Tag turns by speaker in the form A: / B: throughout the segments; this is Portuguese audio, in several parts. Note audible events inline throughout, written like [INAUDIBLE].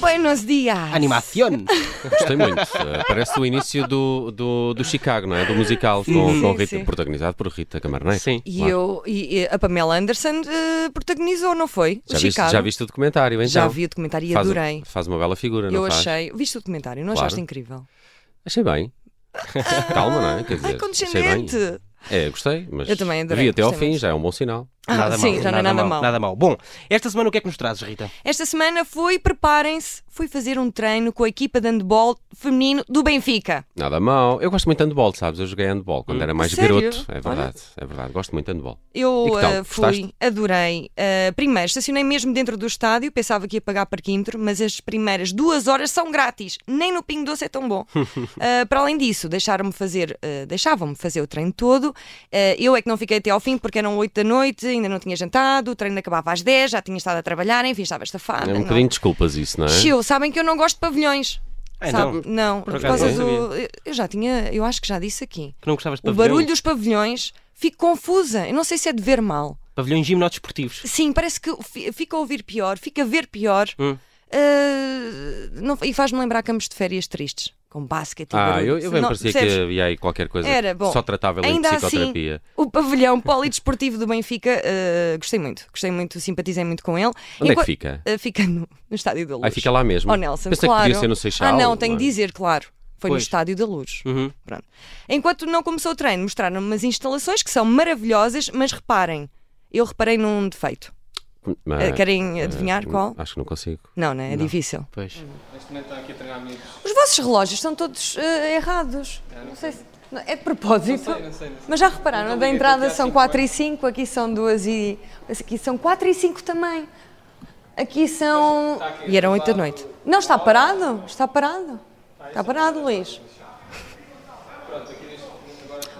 A: Buenos dias.
B: Animación.
C: Gostei muito. Eh, Parece o início do, do, do Chicago, não é? Do musical, com,
A: Sim,
C: com Rita,
A: sim.
C: protagonizado por Rita Camarneiro.
B: Sim.
A: E,
C: Claro.
A: eu, e, e a Pamela Anderson eh, protagonizou, não foi?
C: Já
A: o
C: viste,
A: Chicago.
C: já viste o documentário, então?
A: Já vi o documentário e
C: faz,
A: adorei.
C: Faz uma bela figura,
A: Eu
C: não faz?
A: achei. Viste o documentário, não
C: Claro.
A: achaste incrível?
C: Achei bem. [LAUGHS] Calma, não é? Quer dizer,
A: Ai, condescendente.
C: Achei bem. É, gostei, mas
A: Eu também adorei,
C: vi até ao
A: gostei
C: fim,
A: muito.
C: já é um bom sinal.
A: [LAUGHS] Ah, sim, já não é nada mal.
B: Nada mal. Bom, esta semana o que é que nos trazes, Rita?
A: Esta semana fui, preparem-se, fui fazer um treino com a equipa de handball feminino do Benfica.
C: Nada mal. Eu gosto muito de handball, sabes? Eu joguei handball quando era mais
A: sério?
C: garoto. É verdade, é verdade. Gosto muito de handball.
A: Eu
C: E que tal?
A: eh, fui,
C: Gostaste?
A: adorei. Eh, primeiro, estacionei mesmo dentro do estádio, pensava que ia pagar parquímetro, mas as primeiras duas horas são grátis, nem no Pingo Doce é tão
C: [LAUGHS]
A: bom. Eh, para além disso, deixaram-me fazer, eh, deixavam-me fazer o treino todo. Eh, eu é que não fiquei até ao fim porque eram 8 da noite, ainda não tinha jantado, o treino acabava às 10, já tinha estado a trabalhar, enfim, estava estafada.
C: É um
A: Ah, não.
C: bocadinho de desculpas isso, não é?
A: Chiu, sabem que eu não gosto de pavilhões.
B: Ah,
A: Sabe?
B: então,
A: não, por
B: acaso
A: causa
B: não
A: do. Eu já tinha, eu acho que já disse aqui.
B: Que não gostavas de
A: O
B: pavilhões?
A: barulho dos pavilhões, fico confusa. Eu não sei se é de ver mal.
B: Pavilhões gimnodesportivos.
A: Sim, parece que fi- fica a ouvir pior, fica a ver pior.
B: Hum.
A: Ah, não- e faz-me lembrar campos de férias tristes, com basquete e
C: Ah,
A: barulho.
C: eu, eu bem
A: tipo, Não,
C: parecia
A: percebes?
C: que havia aí qualquer coisa
A: Era, bom,
C: só tratável em
A: Ainda
C: psicoterapia.
A: assim, o pavilhão polidesportivo do Benfica, ah, gostei muito, gostei muito, simpatizei muito com ele.
C: Onde é que
A: Enqua-
C: fica?
A: Ah, fica no, no Estádio da Luz.
C: Aí fica lá mesmo.
A: Oh, Nelson,
C: Pensei
A: claro.
C: que podia ser no Seixal.
A: Ah, não, tenho
C: é?
A: de dizer, claro. Foi no
B: Pois.
A: Estádio da Luz.
B: Uhum.
A: Pronto. Enquanto não começou o treino, mostraram-me umas instalações que são maravilhosas, mas reparem, eu reparei num defeito.
C: Mas-
A: Eh, Querem adivinhar
C: Hum,
A: qual?
C: Acho que não consigo.
A: Não, não é? É difícil.
B: Pois.
A: Os vossos relógios são todos eh, errados. Não sei se. não, é de propósito. Mas já repararam, a da entrada são 4 e 5, aqui são 2 e. Aqui são 4 e 5 também. Aqui são. E eram 8 da noite. Não, está parado? Está parado? Está parado, Luís.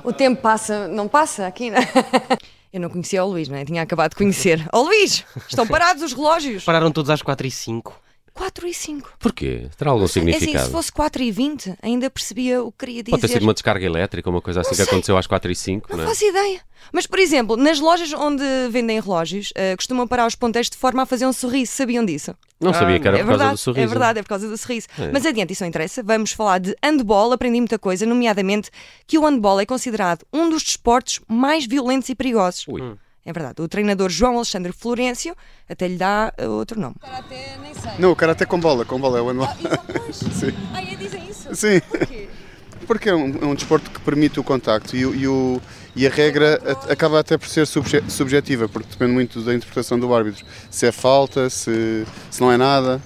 A: O tempo passa, não passa aqui, né? não Eu não conhecia o Luís, não é? Tinha acabado de [LAUGHS] conhecer. Ó Luís, estão parados os relógios?
B: Pararam todos às 4 e 5.
A: 4 e 5.
C: Porquê? Terá algum
A: É assim,
C: significado?
A: se fosse 4 e 20 ainda percebia o que queria dizer.
C: Pode ter sido uma descarga elétrica, uma coisa assim que
A: sei.
C: aconteceu às 4 e 5,
A: Não
C: não é?
A: faço ideia. Mas, por exemplo, nas lojas onde vendem relógios, eh, costumam parar os ponteiros de forma a fazer um sorriso. Sabiam disso?
C: Não sabia que era
A: é
C: por
A: verdade,
C: causa do sorriso. né?
A: É verdade, é por causa do sorriso. Mas adiante, isso não interessa. Vamos falar de handball. Aprendi muita coisa, nomeadamente que o handball é considerado um dos desportos mais violentos e perigosos.
C: Ui.
A: É verdade. O treinador João Alexandre Florencio até lhe dá eh, outro nome.
D: Não, o cara até com bola, com bola é o
A: Ah,
D: anual. [LAUGHS]
C: [LAUGHS]
D: Sim.
A: Ai, Ah, dizem isso?
D: Sim. Porque é um, é um desporto que permite o contacto e, o- e o- e a regra at- acaba até por ser subje- subjetiva, porque depende muito da interpretação do árbitro. Se é falta, se, se não é nada.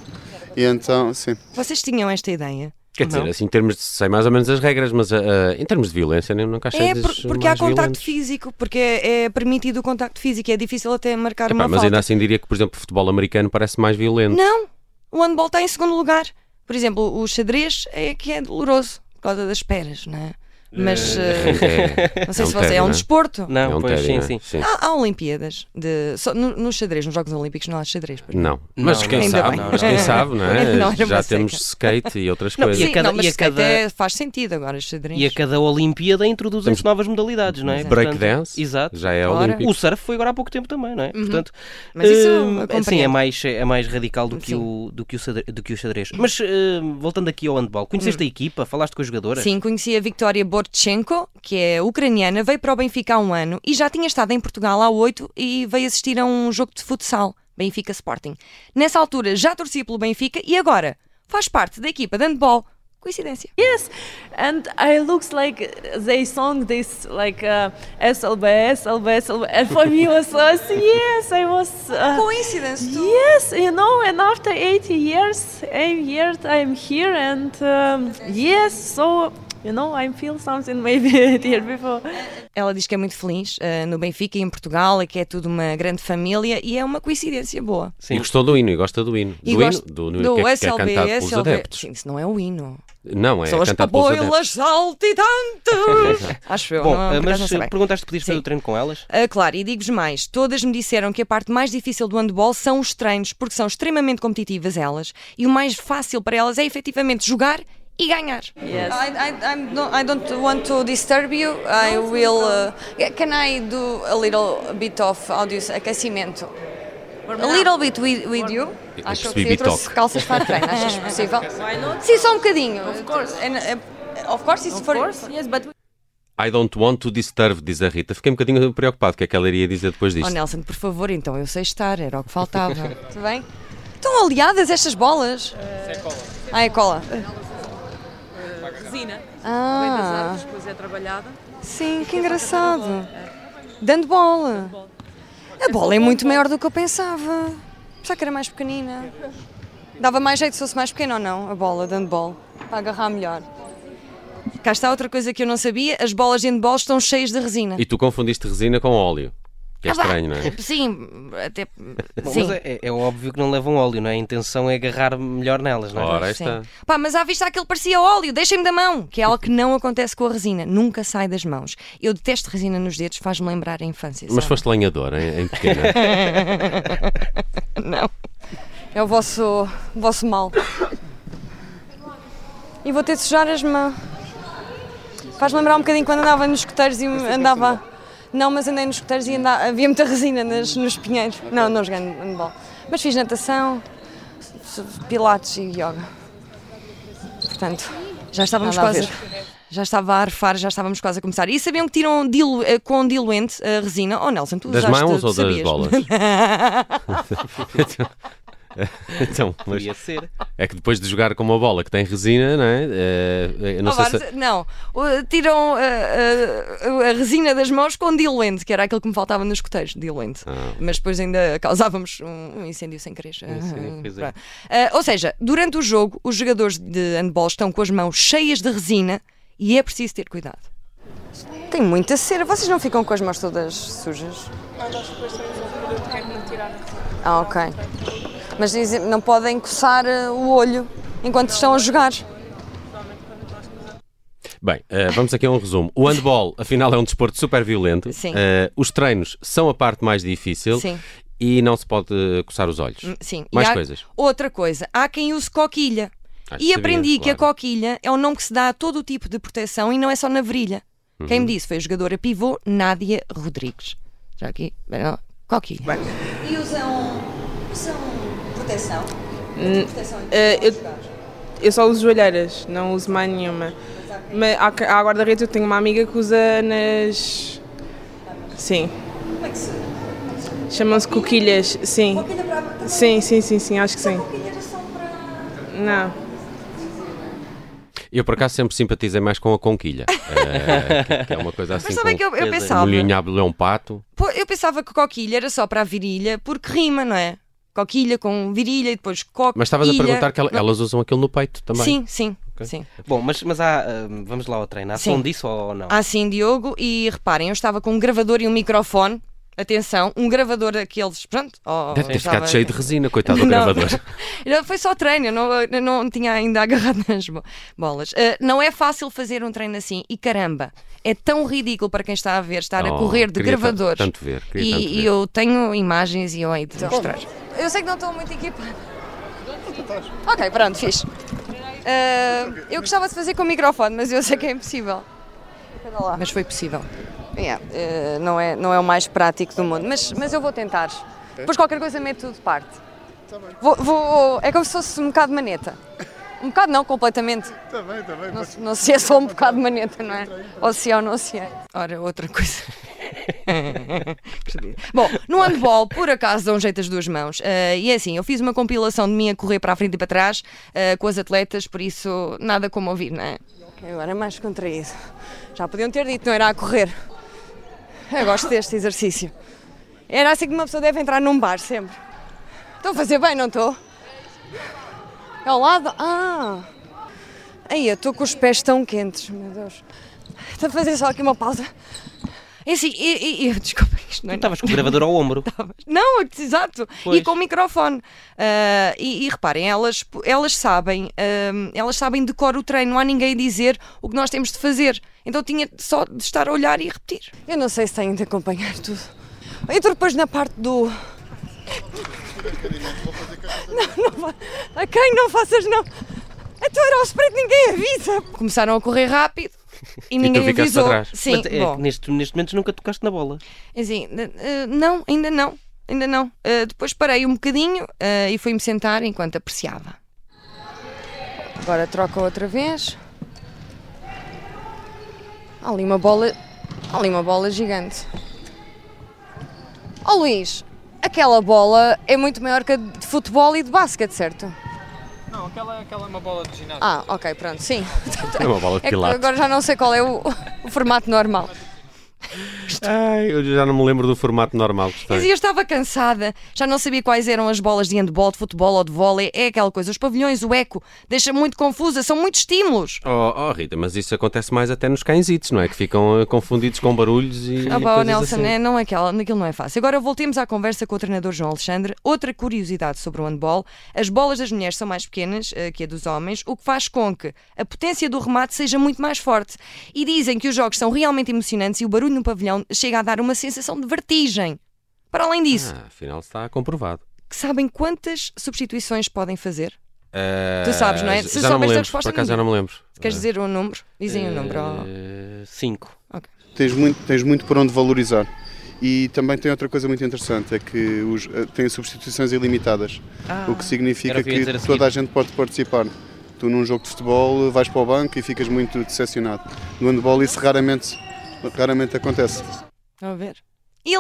D: E então, sim.
A: Vocês tinham esta ideia?
C: Quer dizer, assim, em termos de. sei mais ou menos as regras, mas ah, ah, em termos de violência, nem nunca achei
A: É, por-
C: dos
A: porque há
C: mais
A: contacto
C: violentos.
A: físico, porque é, é permitido o contacto físico, é difícil até marcar
C: Epá,
A: uma
C: mas
A: falta.
C: ainda assim diria que, por exemplo, o futebol americano parece mais violento.
A: Não, o handball está em segundo lugar. Por exemplo, o xadrez é que é doloroso por causa das peras, não é? Mas eh,
C: [LAUGHS]
B: [LAUGHS]
C: É,
A: não sei
C: é um
A: se você
C: tédio,
A: é
C: não
A: um
C: é?
A: desporto.
C: é
B: Não,
C: um
B: Ah, pois,
C: tédio,
B: sim,
C: não é?
B: sim.
A: Há, há Olimpíadas de, só, no, no xadrez, nos Jogos Olímpicos não há xadrez. pois não.
C: Não, mas
B: não,
C: quem
A: ainda
C: sabe,
A: bem.
C: mas quem sabe, não é?
A: [LAUGHS] Não, era uma
C: Já
A: seca.
C: temos skate e outras
B: Não,
C: coisas.
B: a cada-
A: não, mas
B: e a
A: se calhar
B: cada-
A: até faz sentido agora os xadrez.
B: E a cada Olimpíada introduzem-se novas modalidades, não é? Portanto,
C: Breakdance
B: Exato.
C: já é
A: Ora.
C: olímpico.
B: O surf foi agora há pouco tempo também, não é? Portanto,
A: Uhum. Mas isso eu
B: hum,
A: compreendo.
B: sim, é mais, é mais radical do que,
A: Sim.
B: o, do, que o xadrez, do que o xadrez. Mas hum, voltando aqui ao handball, conheceste a equipa? Falaste com as jogadoras?
A: Hum. Sim, conheci a Victoria Bortchenko, que é ucraniana, veio para o Benfica há um ano e já tinha estado em Portugal há oito e veio assistir a um jogo de futsal, Benfica Sporting. Nessa altura já torcia pelo Benfica e agora faz parte da equipa de handball. Coincidência.
E: Yes, and I looks like they sung this like uh, SLBS, LBS, LBS, and for me was uh, [LAUGHS] yes, I was uh,
A: Coincidence,
E: yes, you know. And after 80 years, I'm here, I'm here, and um, yes, so you know, I feel something maybe [LAUGHS] here before.
A: Ela diz que é muito feliz eh, no Benfica e em Portugal e que é tudo uma grande família e é uma coincidência boa.
C: E gostou do hino, e gosta do hino.
A: E
C: do
A: gosto
C: hino, do, hino que, é, que é cantado pelos
A: SLB.
C: adeptos.
A: Sim, isso não é o hino.
C: Não, é
A: São as
C: cantado pelos adeptos.
A: capoeiras
C: [LAUGHS]
A: saltitantes. Acho eu,
B: Bom, eh,
A: não, por acaso
B: mas
A: não sei bem.
B: perguntaste se podias fazer
A: Sim.
B: o treino com elas?
A: Ah, claro, e digo-vos mais: todas me disseram que a parte mais difícil do handball são os treinos, porque são extremamente competitivas elas, e o mais fácil para elas é efetivamente jogar e ganhar.
E: Yes.
A: I, I, I'm no, I don't want to disturb you. I will. Uh, can I do a little bit of how do you say, aquecimento? A little bit with, with you.
C: Eu
A: Acho que
C: percebi
A: eu trouxe
C: bitoque.
A: calças para a treina, [LAUGHS] achas possível? Sim, só um bocadinho. Of
E: course.
A: of course, isso
E: Of
A: for...
E: course, yes, but
C: I don't want to disturb, diz a Rita. Fiquei um bocadinho preocupado, o que é que ela iria dizer depois
A: Oh
C: disto?
A: Nelson, por favor, então eu sei estar, era o que faltava.
C: [LAUGHS]
A: Tudo bem? Estão oleadas estas bolas? Ah, é cola.
E: resina.
A: Ah,
E: depois é trabalhada.
A: sim, que engraçado. é. Dando bola. A bola é muito maior do que eu pensava. Pensava que era mais pequenina. Dava mais jeito se fosse mais pequena ou não, a bola, dando bola, para agarrar melhor. Cá está outra coisa que eu não sabia: as bolas de handball estão cheias de resina.
C: E tu confundiste resina com óleo. Que é
A: Ah, vá.
C: estranho, não
A: [LAUGHS]
C: é?
A: Sim, até.
B: Bom,
A: sim.
B: Mas é, é óbvio que não levam óleo, não é? A intenção é agarrar melhor nelas, não é?
C: Ora, aí
A: Sim.
C: está.
A: Pá, mas à vista aquilo parecia óleo, deixem-me da mão, que é algo que não acontece com a resina, nunca sai das mãos. Eu detesto resina nos dedos, faz-me lembrar a infância.
C: Mas
A: sabe?
C: foste lenhador em, em pequena.
A: [LAUGHS] Não. É o vosso, o vosso mal. E vou ter de sujar as mãos. Faz-me lembrar um bocadinho quando andava nos escuteiros e
C: é
A: andava. Não, mas andei nos escuteiros e andava, havia muita resina nas, nos pinheiros. Não, não joguei handball. Mas fiz natação, s- pilates e yoga. Portanto, já estávamos
E: Nada a
A: quase. Já estava a arfar, já estávamos quase a começar. E sabiam que tiram dilu, eh, com diluente a resina? Oh, Nelson, tu
C: Das
A: usaste,
C: mãos
A: tu
C: ou das
A: sabias?
C: bolas?
A: [LAUGHS]
C: [LAUGHS] então, mas
B: Podia ser.
C: é que depois de jogar com uma bola que tem resina, não é? Eh, eu não
A: Não,
C: sei se...
A: não. O- tiram eh, eh, a resina das mãos com diluente, que era aquilo que me faltava nos coteiros, diluente.
C: Ah.
A: Mas depois ainda causávamos um, um incêndio sem querer.
B: incêndio, pois é.
A: Pronto. Eh, ou seja, durante o jogo, os jogadores de handball estão com as mãos cheias de resina e é preciso ter cuidado. Tem muita cera. Vocês não ficam com as mãos todas sujas? Ah, ok. Mas dizem, não podem coçar eh, o olho enquanto estão a jogar.
C: Bem, eh, vamos aqui a um resumo. O handball, afinal, é um desporto super violento.
A: Sim.
C: Eh, os treinos são a parte mais difícil
A: Sim. Hum.
C: e não se pode eh, coçar os olhos.
A: Sim. e
C: Mais
A: há
C: coisas.
A: Outra coisa, há quem use coquilha.
C: Ah,
A: e
C: sabia,
A: aprendi que a
C: claro.
A: coquilha é o nome que se dá a todo o tipo de proteção e não é só na virilha. Quem
C: Uhum.
A: me disse foi a jogadora pivô Nádia Rodrigues. Já aqui, bem, ó, coquilha. E usam, usam proteção? proteção
F: eh, eu- Eu só uso joelheiras, não uso mais nenhuma. Mas à, ca- à guarda-redes eu tenho uma amiga que usa nas. Sim.
A: Como é que se.
F: Chamam-se coquilhas, sim.
A: Coquilha para.
F: Sim, sim, sim, sim, acho que sim.
A: Coquilha era só para.
F: Não.
C: Eu, por acaso, sempre simpatizei mais com a conquilha, eh, que, que é uma coisa assim
A: Mas sabem
C: com
A: que eu, eu
B: coisa,
A: pensava.
C: molhinho a leão um pato.
A: Pô, eu pensava que coquilha era só para a virilha, porque rima, não é? Coquilha com virilha e depois coquilha.
C: Mas estavas a perguntar que ela- elas usam aquilo no peito também.
A: Sim, sim, sim.
B: Bom, mas, mas há. hum, vamos lá ao treino. Há
A: Sim.
B: som disso ou não?
A: Ah, sim, Diogo, e reparem, eu estava com um gravador e um microfone. Atenção, um gravador daqueles, pronto. ó,
C: Deve ter
A: estava-
C: ficado cheio de resina, coitado do
A: assim. Não.
C: gravador.
A: [LAUGHS] Não, Foi só treino, eu não, eu não tinha ainda [LAUGHS] agarrado nas bo- bolas. Ah, não é fácil fazer um treino assim e caramba, é tão ridículo para quem está a ver estar a
C: Oh,
A: correr de
C: queria ta-
A: gravadores.
C: tanto ver, queria
A: e,
C: tanto
A: e
C: ver.
A: eu tenho imagens e eu hei de mostrar. Então, Eu sei que não estou muito equipada. Ok, pronto, fiz. Ah, eu gostava de fazer com o microfone, mas eu sei que é impossível. Mas foi possível. Yeah, eh, não, é, não é o mais prático do mundo, mas, mas eu vou tentar. Depois qualquer coisa meto tudo de parte.
D: Tá
A: Vou, vou- é como se fosse um bocado maneta. Um bocado não, completamente.
D: Está Tá bem, está bem.
A: Não, se- não se é só um bocado maneta, não é? Ou se é ou não se é. Ora, outra coisa. Bom, no handball, por acaso, dão jeito as duas mãos. Eh, e é assim, eu fiz uma compilação de mim a correr para a frente e para trás eh, com as atletas, por isso nada como ouvir, não é? Agora é mais contraído. Já podiam ter dito, não era a correr. Eu gosto deste exercício. Era assim que uma pessoa deve entrar num bar sempre. Estou a fazer bem, não estou? É ao lado? Ah! Ai, eu estou com os pés tão quentes, meu Deus. Estou a fazer só aqui uma pausa. É assim, e, e, e- desculpa, isto não
B: Tu
A: é
B: estavas com o gravador ao ombro.
A: [LAUGHS] não, exato.
B: Pois.
A: E com o microfone. Ah, e, e reparem, elas, elas sabem, ahm, elas sabem de cor o treino, não há ninguém a dizer o que nós temos de fazer. Então tinha só de estar a olhar e repetir. Eu não sei se tenho de acompanhar tudo. Entro depois na parte do. Não, não, fa- a quem não faças não. Então era ao sprint, ninguém avisa. Começaram a correr rápido e ninguém
C: ficaste
A: avisou.
C: para trás.
A: Sim,
B: Mas é
A: bom.
B: que neste, neste momento nunca tocaste na bola.
A: É Assim, n- eh, não, ainda não. ainda não. Eh, depois parei um bocadinho eh, e fui-me sentar enquanto apreciava. Agora troca outra vez. Há ali uma bola. Há ali uma bola gigante. Ó Luís, aquela bola é muito maior que a de futebol e de basquete, certo?
G: Não, aquela, aquela é uma bola de ginásio.
A: Ah, ok, pronto, sim.
C: É uma bola de
A: [LAUGHS] É que
C: pilates.
A: agora já não sei qual é o, o formato normal.
C: Ai, eu já não me lembro do formato normal que
A: Mas
C: tem.
A: eu estava cansada, já não sabia quais eram as bolas de handball, de futebol ou de vôlei, é aquela coisa. Os pavilhões, o eco, deixa muito confusa, são muitos estímulos.
C: Oh, oh, Rita, mas isso acontece mais até nos cãezitos, não é? Que ficam eh, confundidos com barulhos e.
A: Ah,
C: e
A: pá, ó,
C: coisas
A: Nelson,
C: assim.
A: é, não é aquela, naquilo não é fácil. Agora voltemos à conversa com o treinador João Alexandre. Outra curiosidade sobre o handball: as bolas das mulheres são mais pequenas eh, que a dos homens, o que faz com que a potência do remate seja muito mais forte. E dizem que os jogos são realmente emocionantes e o barulho no pavilhão chega a dar uma sensação de vertigem. Para além disso,
C: Ah, afinal está comprovado.
A: que sabem quantas substituições podem fazer?
C: Eh,
A: Tu sabes, não é?
C: já
A: Se
C: não me
A: souberes a
C: lembro,
A: resposta,
C: Por acaso já
A: não-
C: não me lembro.
A: Queres dizer o número? Dizem o número. ó.
B: Eh, Cinco.
D: tens muito, tens muito por onde valorizar. E também tem outra coisa muito interessante, é que os, eh, tem substituições ilimitadas, o que significa
B: Ah, era o que eu ia
D: que,
B: dizer a seguir.
D: toda a gente pode participar. Tu num jogo de futebol eh, vais para o banco e ficas muito decepcionado. No handball isso raramente, raramente acontece.
A: Estão a ver?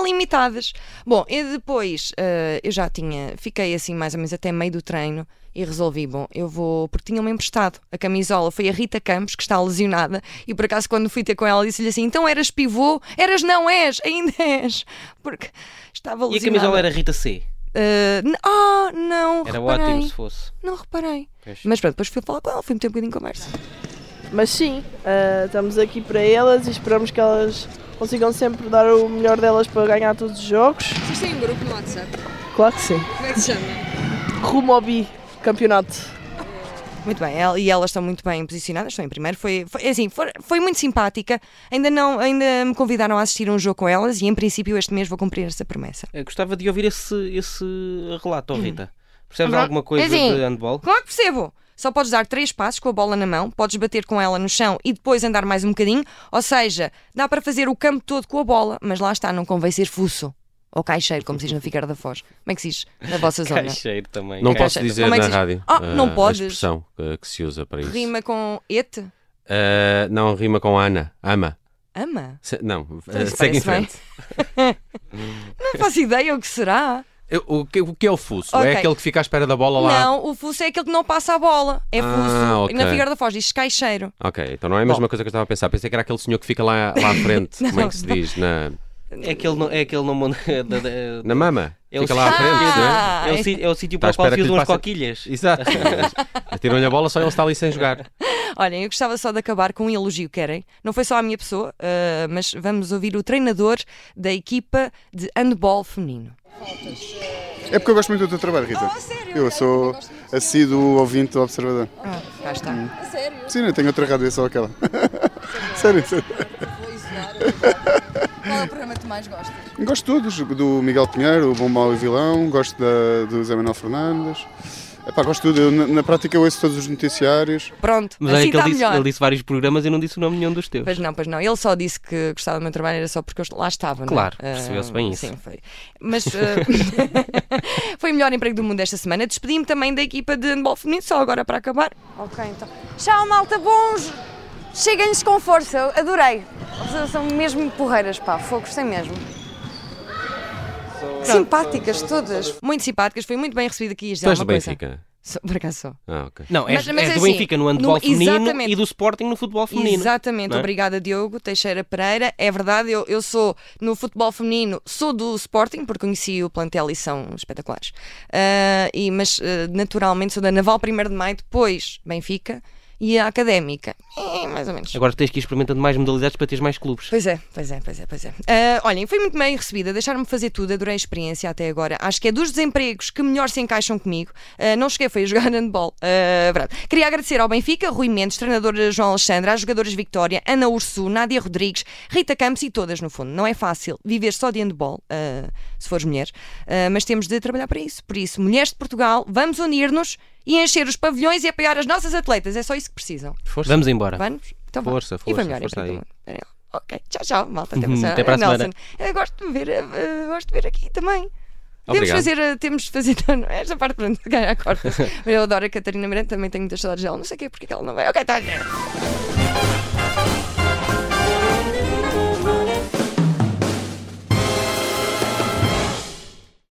A: Ilimitadas. Bom, e depois eh, eu já tinha, fiquei assim mais ou menos até meio do treino e resolvi, bom, eu vou, porque tinham-me emprestado a camisola, foi a Rita Campos, que está lesionada, e por acaso quando fui ter com ela disse-lhe assim: então eras pivô, eras não és, ainda és, porque estava
B: E a
A: lesionada.
B: camisola era Rita C.
A: Eh, n- ah, não,
B: Era
A: reparei,
B: ótimo se fosse.
A: não reparei.
B: Pois.
A: Mas pronto, depois fui falar com ela, fui meter um bocadinho de conversa.
H: Mas sim, eh, estamos aqui para elas e esperamos que elas consigam sempre dar o melhor delas para ganhar todos os jogos.
F: Vocês têm um grupo no WhatsApp?
H: Claro que sim.
F: Como é que se chama?
H: Rumo ao bi, campeonato.
A: Muito bem, el- e elas estão muito bem posicionadas, estão em primeiro. Foi, foi, assim, for- foi muito simpática. Ainda, não, ainda me convidaram a assistir a um jogo com elas e, em princípio, este mês vou cumprir essa promessa.
B: Eu gostava de ouvir esse, esse relato, ó, Rita. Percebes alguma coisa
A: Hum. Assim.
B: de handball?
A: Claro que percebo! Só podes dar três passos com a bola na mão, podes bater com ela no chão e depois andar mais um bocadinho. Ou seja, dá para fazer o campo todo com a bola, mas lá está, não convém ser fuço. Ou caixeiro, como se diz na Figueira da Foz. Como é que se diz na vossa zona?
B: Caixeiro também.
C: Não
B: Caixa-
C: posso dizer
A: Como é que
C: na
A: se diz?
C: rádio.
A: Ah,
C: eh,
A: não podes?
C: A expressão eh, que se usa para isso.
A: Rima com ete?
C: Eh, não, rima com Ana. Ama.
A: Ama?
C: Se- não, eh,
A: isso
C: segue em
A: parece bem.
C: frente.
A: [LAUGHS] Não faço ideia o que será.
C: Eu- o, que, o que é o fuso?
A: Ok.
C: É aquele que fica à espera da bola lá?
A: Não, o fuso é aquele que não passa a bola. É
C: Ah,
A: fuso. E na
C: ok.
A: Figueira da Foz diz caixeiro.
C: Ok, então não é a mesma coisa que eu estava a pensar. Pensei que era aquele senhor que fica
A: [LAUGHS]
C: lá, lá à frente. como é que se diz? Na,
B: É aquele, no- é aquele [LAUGHS] nome. da- da- da-
C: na mama.
B: É o
C: fica lá à
A: sítio-
C: frente, não é?
A: Ah,
B: É
A: é-
B: o, si- é o sítio
C: Tá à
B: para o qual
C: espera
B: se
C: que lhe
B: usam as
C: passe-
B: coquilhas.
C: Exato. Atiram-lhe a bola, só ele está ali sem jogar.
A: Olhem, eu gostava só de acabar com um elogio, querem? Não foi só a minha pessoa, ah, mas vamos ouvir o treinador da equipa de handball feminino.
D: É porque eu gosto muito do teu trabalho, Rita. Eu sou assíduo ouvinte do Observador.
A: Cá está.
D: Sim, eu tenho outra rádio, é só aquela. sério, sério.
A: Qual é o programa que tu mais gostas?
D: Gosto de todos, do Miguel Pinheiro, o Bom Mal e Vilão, gosto da, do Zé Manuel Fernandes. Epá, gosto de tudo, eu, na, na prática eu ouço todos os noticiários.
A: Pronto,
B: Mas
A: assim
B: é que ele
A: está
B: disse,
A: melhor.
B: ele disse vários programas e não disse o nome nenhum dos teus.
A: Pois não, pois não. Ele só disse que gostava do meu trabalho, era só porque eu lá estava,
B: Claro,
A: não é? Ah,
B: percebeu-se bem isso.
A: Sim, foi. Mas ah, [LAUGHS] foi o melhor emprego do mundo esta semana. Despedi-me também da equipa de handball feminino, só agora para acabar.
I: Ok, então. Tchau, malta, bons! Cheguem-lhes com força, eu adorei. Vocês São mesmo porreiras, pá, fogo, sem mesmo. Simpáticas todas.
A: Muito simpáticas, foi muito bem recebida aqui.
C: Tu
A: Já
C: és
A: uma
C: do
A: coisa.
C: Benfica.
A: Sou- Por acaso sou.
C: Ah, ok.
B: Não,
A: Mas-
B: és,
A: mas
B: és do
A: assim,
B: Benfica no handball
A: no-
B: feminino
A: exatamente.
B: e do Sporting no futebol feminino.
A: Exatamente,
B: não é?
A: obrigada Diogo Teixeira Pereira. É verdade, eu, eu sou no futebol feminino, sou do Sporting, porque conheci o plantel e são espetaculares. Ah, e, mas ah, naturalmente sou da Naval 1 de Maio, depois Benfica e a Académica. É, mais ou menos.
B: Agora tens que ir experimentando mais modalidades para teres mais clubes.
A: Pois é, pois é, pois é, pois é. Ah, olhem, foi muito bem recebida, deixaram-me fazer tudo, adorei a experiência até agora. Acho que é dos desempregos que melhor se encaixam comigo. Ah, não cheguei, foi a jogar [LAUGHS] handball. Ah, verdade. Queria agradecer ao Benfica, Rui Mendes, treinador João Alexandre, às jogadoras Victória, Ana Ursu, Nádia Rodrigues, Rita Campos e todas, no fundo. Não é fácil viver só de handball, ah, se fores mulher, Ah, mas temos de trabalhar para isso. Por isso, mulheres de Portugal, vamos unir-nos e encher os pavilhões e apoiar as nossas atletas. É só isso que precisam.
C: Força.
B: Vamos embora.
A: Vamos? Então vá.
C: Força,
A: E foi
C: força,
A: melhor
C: força
A: emprego do
C: aí.
A: mundo. Daniel.
C: [LAUGHS]
A: Ok, tchau, tchau, malta. Até,
B: Até para a
A: Nelson,
B: semana.
A: Eu gosto de me ver, eh, eh, gosto de ver aqui também. Temos de
C: Obrigado.
A: fazer, eh, temos de fazer [LAUGHS] não, não, esta parte pronto, [LAUGHS] ganhar cortas. Mas tá, eu adoro a Catarina Miranda, também tenho muitas saudades dela. Não sei o quê, porque é que ela não vai. Ok, está.